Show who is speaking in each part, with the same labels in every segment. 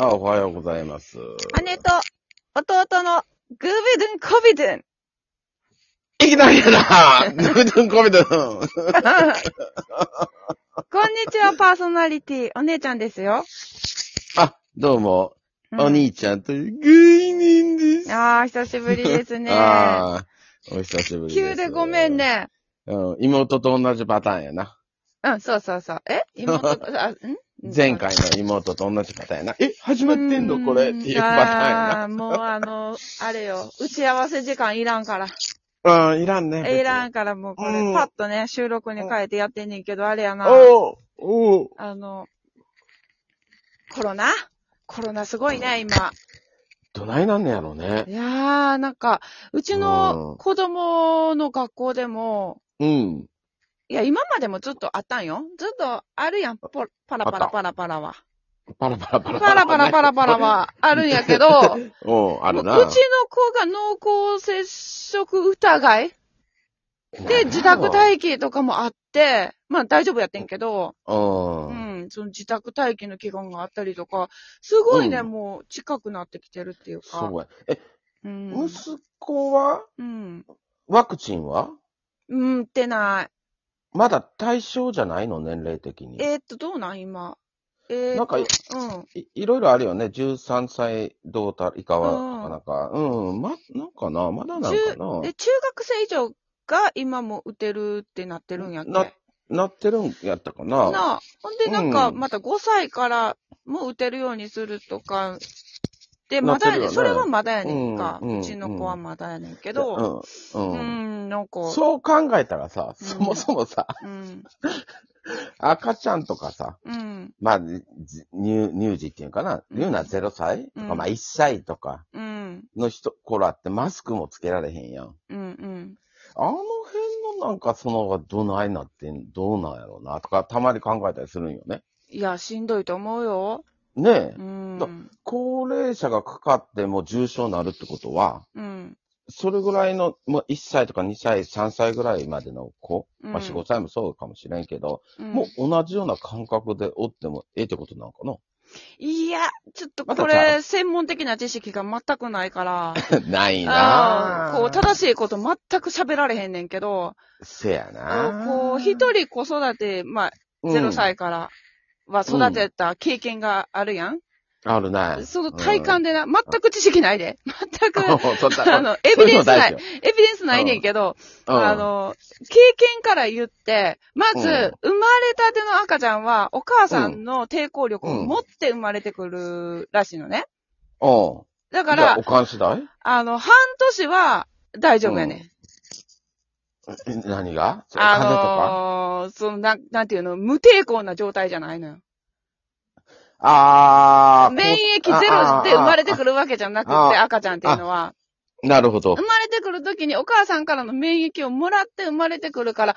Speaker 1: あ、おはようございます。
Speaker 2: 姉と弟のグービドゥンコビ ドゥン。
Speaker 1: いきなりやなぬくぬんこびとん。
Speaker 2: こんにちは、パーソナリティ。お姉ちゃんですよ。
Speaker 1: あ、どうも、
Speaker 2: うん
Speaker 1: お兄ちゃんという芸人です。
Speaker 2: ああ、久しぶりですね。
Speaker 1: ああ、お久しぶりです。
Speaker 2: 急でごめん。ね。
Speaker 1: うん、妹と同じパターンやな。
Speaker 2: うん、そうそうそう。え妹と、 あ、ん
Speaker 1: 前回の妹と同じパターンやな。え、 始まってんのこれっていうパ
Speaker 2: ああー、もうあの、あれよ。打ち合わせ時間いらんから。
Speaker 1: ターンやな。うん、いらんね。別に
Speaker 2: いらん。からもうこれ、
Speaker 1: うん
Speaker 2: パッとね、収録に変えてやってんねんけど、あれやな。
Speaker 1: おうおう
Speaker 2: あの、コロナコロナすごいね、今。
Speaker 1: どないなんねやろうね。
Speaker 2: いやー、なんか、うち
Speaker 1: うん
Speaker 2: の子供の学校でも、
Speaker 1: うん。
Speaker 2: いや、今までもちょっとあったんよ。ずっとあるやん、ポパラパ
Speaker 1: あ
Speaker 2: ラ
Speaker 1: った
Speaker 2: パラパラは。
Speaker 1: パラパラパ
Speaker 2: パ
Speaker 1: ラ
Speaker 2: ラパラパラパ ラ。はあるんやけど、もうう
Speaker 1: おうん、あ
Speaker 2: ちの
Speaker 1: る
Speaker 2: 子
Speaker 1: な。
Speaker 2: が濃厚接触疑いで、自宅待機とかもあって、まあ大丈夫やってんけど、
Speaker 1: うん。
Speaker 2: う
Speaker 1: うん
Speaker 2: ん、その自宅待機の期間があったりとか、すごいね、
Speaker 1: うん
Speaker 2: もう近くなってきてるっていう
Speaker 1: そ
Speaker 2: か。
Speaker 1: うや。え、
Speaker 2: うん。
Speaker 1: 息子は、
Speaker 2: うん。
Speaker 1: ワクチンは
Speaker 2: うん、ってない。
Speaker 1: まだ対象じゃないの年齢的に。
Speaker 2: えーっと、どうなん今。えー、
Speaker 1: なんか
Speaker 2: うん。うん
Speaker 1: いいろいろあるよね。13歳どうた以下
Speaker 2: う
Speaker 1: は、
Speaker 2: ん
Speaker 1: なかなか。うん、ま、なんかな、まだなんかな。
Speaker 2: で、中学生以上が今も打てるってなってるんやっけ
Speaker 1: な
Speaker 2: な
Speaker 1: なってるんやったかな。
Speaker 2: あ。ほんで、なんか、
Speaker 1: うん
Speaker 2: また5歳からも打てるようにするとか、で、
Speaker 1: な
Speaker 2: ま
Speaker 1: ってるよ
Speaker 2: だや
Speaker 1: ね
Speaker 2: ねん。それはまだやねんか。
Speaker 1: うんうん
Speaker 2: うちの子はまだやねんけど、
Speaker 1: うん、
Speaker 2: う
Speaker 1: うん。
Speaker 2: ん、なんか、
Speaker 1: そう考えたらさ、
Speaker 2: うん
Speaker 1: そもそも さ、
Speaker 2: うん、
Speaker 1: 赤ちゃんとかさ、
Speaker 2: うん、
Speaker 1: まあ、じ乳乳児っていうかな、
Speaker 2: うん
Speaker 1: 言うのは0歳とか、
Speaker 2: うん
Speaker 1: まあ1歳とか
Speaker 2: うん、
Speaker 1: の人、頃あってマスクもつけられへんやん。
Speaker 2: うん、うん。
Speaker 1: あの辺のなんかそのどないなってん、どうなんやろうなとか、たまに考えたりするんよね。
Speaker 2: いや、しんどいと思うよ。
Speaker 1: ねえ、
Speaker 2: うん
Speaker 1: だ。高齢者がかかっても重症になるってことは、
Speaker 2: うん。
Speaker 1: それぐらいの、まあ、1歳とか2歳、3歳ぐらいまでの子、まあ、4、5歳もそうかもしれんけど、
Speaker 2: うん
Speaker 1: もう同じような感覚でおってもええってことなのか
Speaker 2: いや、ちょっと
Speaker 1: また
Speaker 2: こ
Speaker 1: ちゃ
Speaker 2: れ、専門的な知識が全くないから、
Speaker 1: な ないな
Speaker 2: あー
Speaker 1: ぁ。
Speaker 2: こう、正しいこと全く喋られへんねんけど、
Speaker 1: せやな
Speaker 2: あ
Speaker 1: ぁ。
Speaker 2: こう、一人子育て、まあ、
Speaker 1: うん
Speaker 2: 0歳からは育てた経験があるやん。
Speaker 1: あるね。
Speaker 2: その体感でな、全く知識ないで。全く、
Speaker 1: うん。 そう
Speaker 2: あの、エビデンスない、エ
Speaker 1: い。
Speaker 2: ビデンスないねんけど、あ
Speaker 1: あの、
Speaker 2: の、経験から言って、まず、
Speaker 1: うん
Speaker 2: 生まれたての赤ちゃんは、お母さんの抵抗力を持って生まれてくるらしいのね。
Speaker 1: うん。
Speaker 2: だ
Speaker 1: だ
Speaker 2: から、
Speaker 1: おかん次第
Speaker 2: あの、半年は大丈夫やね。
Speaker 1: え何がそれ風邪とか
Speaker 2: あのー、その、なん、なんていうの、無抵抗な状態じゃないのよ。
Speaker 1: あー。
Speaker 2: 免疫ゼロ
Speaker 1: あ
Speaker 2: で生まれて
Speaker 1: あ
Speaker 2: くるわけじゃなくて、
Speaker 1: ああ
Speaker 2: 赤ちゃんっていうのは。
Speaker 1: あなるほど
Speaker 2: 生。まれてくるときにお母さんからの免疫をもらって生まれてくるから、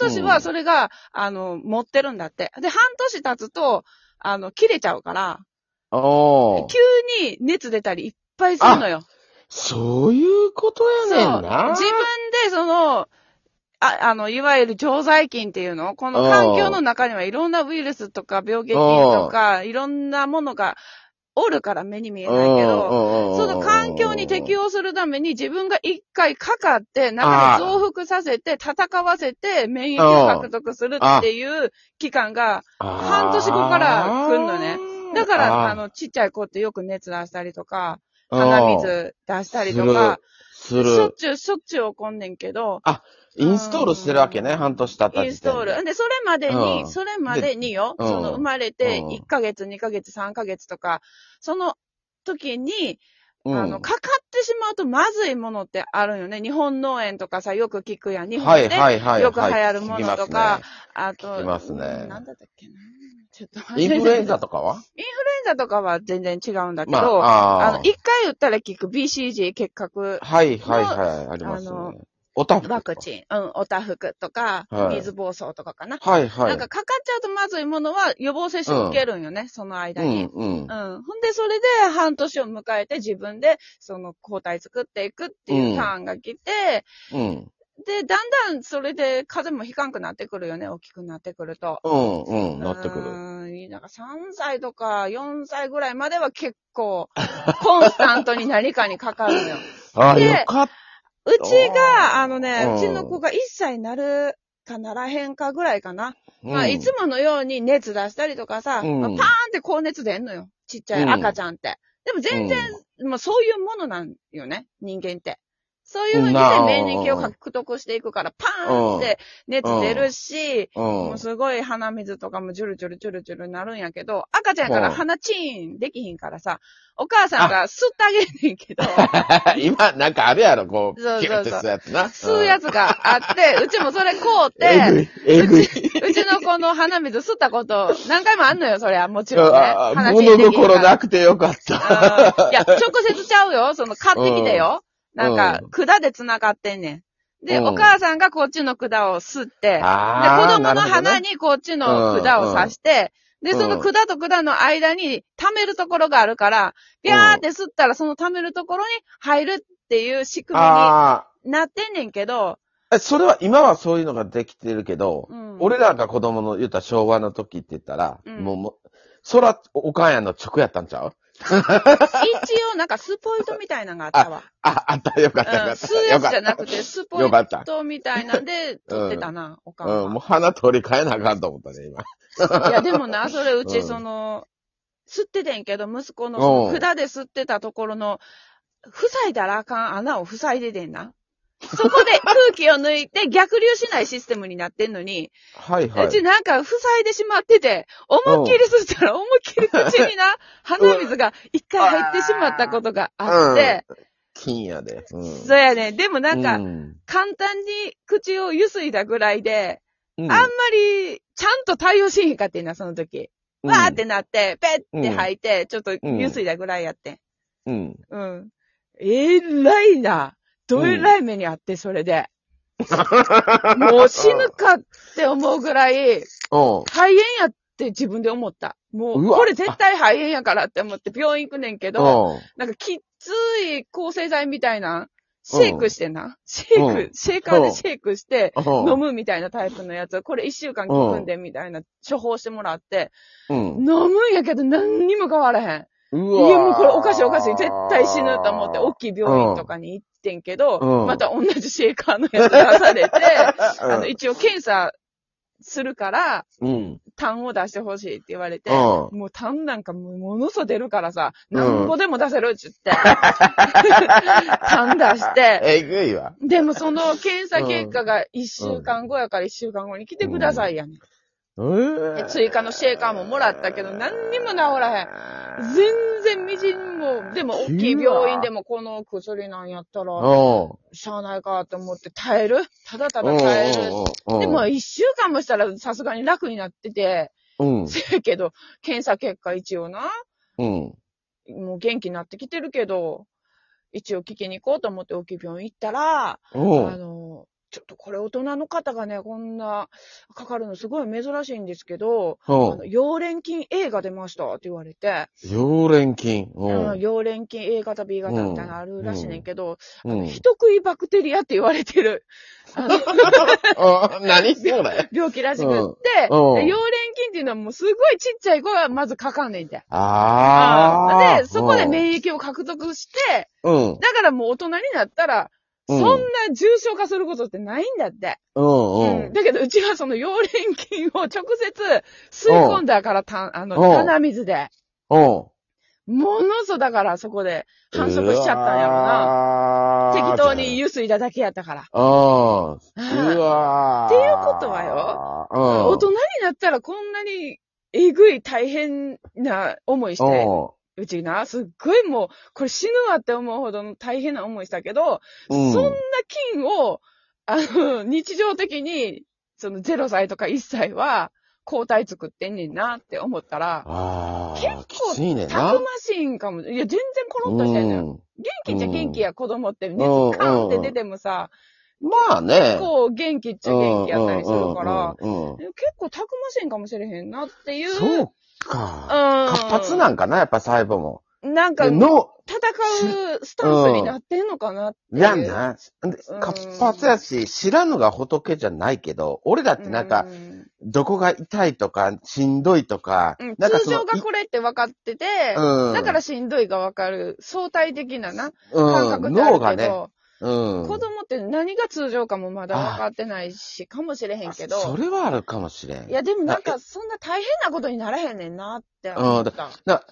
Speaker 2: 半年はそれが、あの、持ってるんだって。で、半年経つと、あの、切れちゃうから、
Speaker 1: おー
Speaker 2: 急に熱出たりいっぱいするのよ。
Speaker 1: そういうこと
Speaker 2: そう。
Speaker 1: やね
Speaker 2: 自
Speaker 1: んな。
Speaker 2: 分で、その、あ、あの、いわゆる常在菌っていうのこの環境の中にはいろんなウイルスとか病原菌とか、いろんなものがおるから目に見えないけど、
Speaker 1: ど
Speaker 2: その環境に適応するために自分が一回かかって、中に増幅させて、戦わせて、免疫を獲得するっていう期間が、半年後から来んのね。だから、あの、ちっちゃい子ってよく熱出したりとか、
Speaker 1: の
Speaker 2: 鼻水出したりとか、
Speaker 1: する。
Speaker 2: し
Speaker 1: す
Speaker 2: ょっ
Speaker 1: る
Speaker 2: ちゅうしょっちゅう怒んねんけど、
Speaker 1: インストールしてるわけね、
Speaker 2: うん
Speaker 1: 半年経った
Speaker 2: イン
Speaker 1: 時点で
Speaker 2: ストール。。で、それまでに、
Speaker 1: うん
Speaker 2: それまでによ、
Speaker 1: うん
Speaker 2: その生まれて
Speaker 1: うん
Speaker 2: 1ヶ月、2ヶ月、3ヶ月とか、その時に、
Speaker 1: うん
Speaker 2: あの、かかってしまうとまずいものってあるよね。日本農園とかさ、よく聞くやん。日本
Speaker 1: はい
Speaker 2: で、
Speaker 1: はいはい。
Speaker 2: よく流行るものとかあ
Speaker 1: 聞
Speaker 2: と、
Speaker 1: きますね
Speaker 2: うんなんだったっけな。ちょっと忘
Speaker 1: 聞きますね。
Speaker 2: れて
Speaker 1: インフルエンザとかは
Speaker 2: インフルエンザとかは全然違うんだけど、
Speaker 1: ま
Speaker 2: あ、
Speaker 1: あ、あ
Speaker 2: の、
Speaker 1: ー
Speaker 2: 一回打ったら効く BCG 結核
Speaker 1: はいはいはい、あります
Speaker 2: あの
Speaker 1: ね。おたふくとか
Speaker 2: ワクチン、うん、おたふくとか、
Speaker 1: はい
Speaker 2: 水疱瘡とかかな。
Speaker 1: はいはい。
Speaker 2: なんかかかっちゃうとまずいものは予防接種受けるんよね、その間
Speaker 1: う
Speaker 2: に。
Speaker 1: んうん
Speaker 2: う。ん。ほんで、それで半年を迎えて自分で、その抗体作っていくっていうターンが来て、
Speaker 1: うん。
Speaker 2: で、だんだんそれで風邪もひかんくなってくるよね、大きくなってくると。
Speaker 1: うんうん、なってくる。
Speaker 2: る。に、なんか3歳とか4歳ぐらいまでは結構、コンスタントに何かにかかるの よ。
Speaker 1: ああ、
Speaker 2: で
Speaker 1: よかっ
Speaker 2: うちが、あのね
Speaker 1: う、ん
Speaker 2: うちの子が1歳になるかならへんかぐらいかな。
Speaker 1: た。
Speaker 2: まあ、いつものように熱出したりとかさ、
Speaker 1: うん
Speaker 2: まあパーンって高熱出んのよ。ちっちゃい
Speaker 1: うん
Speaker 2: 赤ちゃんって。でも全然、まあそういうものなんよね、人間って。そういうふうに
Speaker 1: な
Speaker 2: して
Speaker 1: あ
Speaker 2: 免疫を獲得していくから、パーンって熱出るし、
Speaker 1: も
Speaker 2: もうすごい鼻水とかもジュルジュルジュルジュルなるんやけど、赤ちゃんやから
Speaker 1: うん
Speaker 2: 鼻チーンできひんからさ、お母さんが吸ってあげんねん けど、
Speaker 1: 今、なんかあるやろ、こう、
Speaker 2: そうそうそう
Speaker 1: キュッてするやつな。
Speaker 2: 吸うや
Speaker 1: つ
Speaker 2: つがあって、 うちもそれこうて、
Speaker 1: えぐい、えぐい。
Speaker 2: うちの子の鼻水吸ったこと何回もあんのよ、そりゃ。もちろんね。
Speaker 1: ああ
Speaker 2: 話
Speaker 1: 物
Speaker 2: にできる
Speaker 1: 心
Speaker 2: から
Speaker 1: なくてよかった。
Speaker 2: うんいや、直接ちゃうよ。その、買ってきてよ。なんか
Speaker 1: う、
Speaker 2: 管で繋がってんねん。で、
Speaker 1: うん
Speaker 2: お母さんがこっちの管を吸って、で、
Speaker 1: あ
Speaker 2: 子
Speaker 1: あ
Speaker 2: 供の鼻
Speaker 1: 鼻
Speaker 2: にこっちの管を刺して、で、
Speaker 1: うん
Speaker 2: その管と管の間に溜めるところがあるから、ビャーって吸ったらその溜めるところに入るっていう仕組みに
Speaker 1: あ
Speaker 2: なってんねんけど、
Speaker 1: あ。えそれは、今はそういうのができてるけど、
Speaker 2: うん
Speaker 1: 俺らが子供の言ったら昭和の時って言ったら、
Speaker 2: うん
Speaker 1: もうもう、そら、おかんやの直やったんちゃう
Speaker 2: 一応なんかスポイトみたいなのがあったわ。
Speaker 1: あ、あった、よか
Speaker 2: う
Speaker 1: っ
Speaker 2: ん、
Speaker 1: た、よかった。
Speaker 2: 吸うやつじゃな
Speaker 1: よか
Speaker 2: く、
Speaker 1: って
Speaker 2: ス
Speaker 1: た。
Speaker 2: ポイ
Speaker 1: よかった。
Speaker 2: トみたいなんで撮ってたな、おかんは。
Speaker 1: うん、もう鼻取り替えなあかんと思ったね、今。
Speaker 2: いや、でもな、それ、う
Speaker 1: う
Speaker 2: ち、
Speaker 1: ん
Speaker 2: その、吸っててんけど、息子の、その、管で吸ってたところの、塞いだらあかん穴を塞いでてんな。そ こで空気を抜いて逆流しないシステムになってんのに、
Speaker 1: はいは
Speaker 2: うち
Speaker 1: い。
Speaker 2: なんか塞いでしまってて、思いっきり吸ったら思いっきり口にな、鼻水が一回入ってしまったことがあって、
Speaker 1: 金やで。うん。
Speaker 2: そうやね。でもなん
Speaker 1: う
Speaker 2: か、
Speaker 1: ん
Speaker 2: 簡単に口をゆすいだぐらいで、
Speaker 1: うん
Speaker 2: あんまり、ちゃんと対応しへんかってんな、その時。
Speaker 1: うん
Speaker 2: わーってなって、ペッて吐いて、ちょっとゆすいだぐらいやってん。
Speaker 1: うん。
Speaker 2: うん。えらいな。どえらい目にあって、それで。もう死 ぬかって思うぐらい、
Speaker 1: うん。
Speaker 2: 肺炎やって自分で思った。もう、
Speaker 1: うわ
Speaker 2: これ絶対肺炎やからって思って病院行くねんけど、
Speaker 1: うん
Speaker 2: なんかきっつい抗生剤みたいな、シェイクしてな。シ
Speaker 1: う
Speaker 2: ェイ
Speaker 1: ん
Speaker 2: ク、シェイカーでシェイクして、
Speaker 1: うん
Speaker 2: 飲むみたいなタイプのやつ、これ一週間効くんで、みたいな処方してもらって、
Speaker 1: うん。
Speaker 2: 飲むんやけど何にも変わらへん。
Speaker 1: う
Speaker 2: い
Speaker 1: わ
Speaker 2: や、もうこれおかしいおかしい。絶対死ぬと思って、大きい病院とかに行ってんけど、
Speaker 1: うん
Speaker 2: また同じシェーカーのやつ出 されて、
Speaker 1: うん
Speaker 2: あの、一応検査するから、
Speaker 1: うん。
Speaker 2: 痰を出してほしいって言われて、
Speaker 1: う
Speaker 2: もう痰なんかもうものそ出るからさ、
Speaker 1: うん
Speaker 2: なんぼでも出せるっつって、 痰出して、
Speaker 1: えぐいわ。
Speaker 2: でもその検査結果が一週間後やから一週間後に来てくださいやね、ん。
Speaker 1: え
Speaker 2: で追加のシェーカーももらったけど何にも治らへん
Speaker 1: ん
Speaker 2: 全然みじんも、でも大きい病院でもこの薬なんやったら、
Speaker 1: う
Speaker 2: しゃあないかと思って耐えるただた
Speaker 1: ん。う
Speaker 2: だ
Speaker 1: ん
Speaker 2: 耐える。
Speaker 1: うん。
Speaker 2: でも一週間もしたらさすがに楽になってて、
Speaker 1: うん。
Speaker 2: せやけど、検査結果一応な、
Speaker 1: うん。
Speaker 2: もう元気になってきてるけど、一応聞きに行こうと思って大きい病院行ったら、
Speaker 1: う
Speaker 2: あ
Speaker 1: ん。
Speaker 2: の、ちょっとこれ大人の方がね、こんなかかるのすごい珍しいんですけど、あ
Speaker 1: う
Speaker 2: の
Speaker 1: ん。
Speaker 2: 溶連菌 A が出ましたって言われて、
Speaker 1: 溶連菌。う
Speaker 2: うん、
Speaker 1: ん。
Speaker 2: 溶連菌 A 型 B 型みたいなのあるらしいねんけど、
Speaker 1: うん。
Speaker 2: 人食いバクテリアって言われて るあの
Speaker 1: あ何それ
Speaker 2: 病気らしくって、
Speaker 1: うんうん
Speaker 2: で溶連菌っていうのはもうすごいちっちゃい子がまずかかんねんて。
Speaker 1: ああ。
Speaker 2: で、そこで
Speaker 1: イ
Speaker 2: 免疫を獲得して、
Speaker 1: うん。
Speaker 2: だからもう大人になったら、
Speaker 1: うん
Speaker 2: そんな重症化することってないんだって。
Speaker 1: うんう
Speaker 2: うん
Speaker 1: ん。
Speaker 2: だけど、うちはその溶連菌を直接吸い込んだから、たあの、
Speaker 1: うん
Speaker 2: 鼻水で。
Speaker 1: うん。
Speaker 2: ものそだから、そこで繁殖しちゃったんやろな。
Speaker 1: な
Speaker 2: 適当に。油水だだけやったから。
Speaker 1: うん。
Speaker 2: うん
Speaker 1: うわー
Speaker 2: っていうことはよ。
Speaker 1: うん。
Speaker 2: 大人になったらこんなにえぐい大変な思いして、うちな、すっごいもう、これ死ぬわって思うほどの大変な思いしたけど、
Speaker 1: うん。
Speaker 2: そんな
Speaker 1: な。
Speaker 2: 菌を、あの、日常的に、その0歳とか1歳は抗体作ってんねんなって思ったら、
Speaker 1: ああ。
Speaker 2: 結構
Speaker 1: きついねん
Speaker 2: た
Speaker 1: な
Speaker 2: くま。しいんかも。いや、全然コロッとしてんのよ。
Speaker 1: うん
Speaker 2: 元気っちゃ元気や、子供って。熱カ
Speaker 1: うん
Speaker 2: ーンって出てもさ、
Speaker 1: まあね。
Speaker 2: 結構元気っちゃ元気やったりするから、
Speaker 1: うんうんうんうん
Speaker 2: 結構たくましいんかもしれへんなっていう。
Speaker 1: そう
Speaker 2: うん。
Speaker 1: か。
Speaker 2: 活
Speaker 1: 活発なんかな、やっぱ細胞も。
Speaker 2: なんか、
Speaker 1: で
Speaker 2: 戦
Speaker 1: 脳、
Speaker 2: うスタンスになってんのかなっていう。
Speaker 1: やんな。で
Speaker 2: うん
Speaker 1: 活発やし、知らぬが仏じゃないけど、俺だってなんか、
Speaker 2: う
Speaker 1: どこが痛いとか、しんどいとか、
Speaker 2: うん、
Speaker 1: なんか
Speaker 2: 通
Speaker 1: その
Speaker 2: 常がこれって分かってて、
Speaker 1: うん
Speaker 2: だからしんどいが分かる、相対的なな、
Speaker 1: うん
Speaker 2: 感覚ってある
Speaker 1: 脳が
Speaker 2: け
Speaker 1: ね、
Speaker 2: ど、
Speaker 1: うん。
Speaker 2: 子供って何が通常かもまだ分かってないし、かもしれへんけ
Speaker 1: あそ
Speaker 2: ど、
Speaker 1: れはあるかもしれん。
Speaker 2: いやでもなんかそんな大変なことにならへんねんなって思った。
Speaker 1: な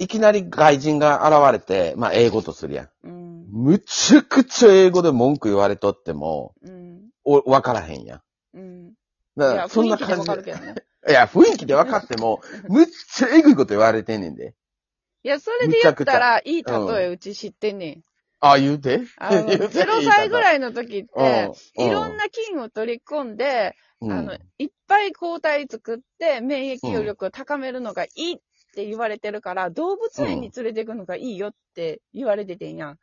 Speaker 1: いきなり外人が現れて、まあ英語とするやん。
Speaker 2: うん。
Speaker 1: むちゃくちゃ英語で文句言われとっても、
Speaker 2: うん。
Speaker 1: お、わからへんやん。
Speaker 2: うん。い
Speaker 1: だか
Speaker 2: や、
Speaker 1: ら、そ
Speaker 2: 雰
Speaker 1: ん
Speaker 2: 囲
Speaker 1: な
Speaker 2: 気で
Speaker 1: 感
Speaker 2: 分
Speaker 1: じ
Speaker 2: かる
Speaker 1: で。
Speaker 2: けどね。
Speaker 1: いや、雰囲気で分かって も、むっちゃえぐいこと言われてんねんで。
Speaker 2: いや、それで言ったら、いい例えうち知ってんねん。
Speaker 1: あ、言うて
Speaker 2: あの、0歳ぐ
Speaker 1: い
Speaker 2: らいの時って、いろん、な菌を取り込んで、
Speaker 1: うん
Speaker 2: あの、いっぱい抗体作って免疫力を高めるのがいいって言われてるから、動物園に連れて行くのがいいよって言われててんや ん。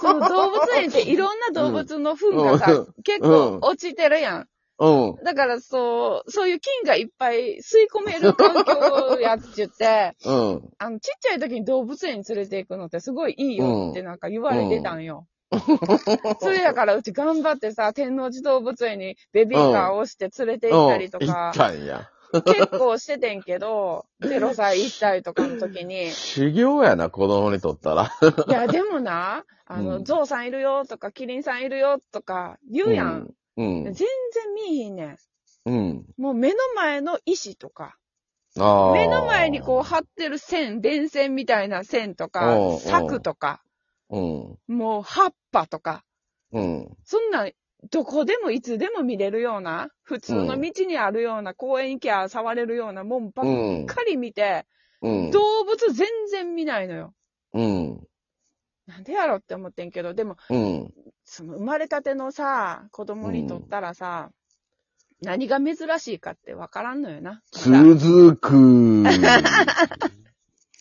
Speaker 2: その動物園っていろんな動物の糞がさ、
Speaker 1: うん
Speaker 2: 結構落ちてるやん。
Speaker 1: うん。
Speaker 2: だからそう、そういう菌がいっぱい吸い込める環境やっちゅって、
Speaker 1: うん。
Speaker 2: あの、ちっちゃい時に動物園に連れて行くのってすごいいいよってなんか言われてたんよ。それだからうち頑張っ てさ、天王寺動物園にベビーカーを押して連れて行ったりと
Speaker 1: うん行
Speaker 2: か
Speaker 1: っ、たんや。
Speaker 2: 結構しててんけ ど、0歳1歳とかの時に、い
Speaker 1: 修行やな、子供にとったら。
Speaker 2: やでもな、あ
Speaker 1: う
Speaker 2: の、
Speaker 1: ん
Speaker 2: ゾウさんいるよとか、キリンさんいるよとか言うやん。
Speaker 1: うん。
Speaker 2: 全然見えへんねん。
Speaker 1: うん。うん。
Speaker 2: もう目の前の石とか、
Speaker 1: ああ。
Speaker 2: 目の前にこう張ってる線、電線みたいな線とか
Speaker 1: おうおう、
Speaker 2: 柵とか、
Speaker 1: うん。
Speaker 2: もう葉っぱとか、
Speaker 1: うん。
Speaker 2: そんなん、どこでもいつでも見れるような、普通の道にあるような、公園行きゃ触れるようなもんば
Speaker 1: う
Speaker 2: っ
Speaker 1: ん。
Speaker 2: かり見て、
Speaker 1: うん。
Speaker 2: 動物全然見ないのよ。
Speaker 1: うん。
Speaker 2: なんでやろって思ってんけど、でも、
Speaker 1: うん。
Speaker 2: その生まれたてのさ、子供にとったらさ、 何が珍しいかってわからんのよな。
Speaker 1: 続く。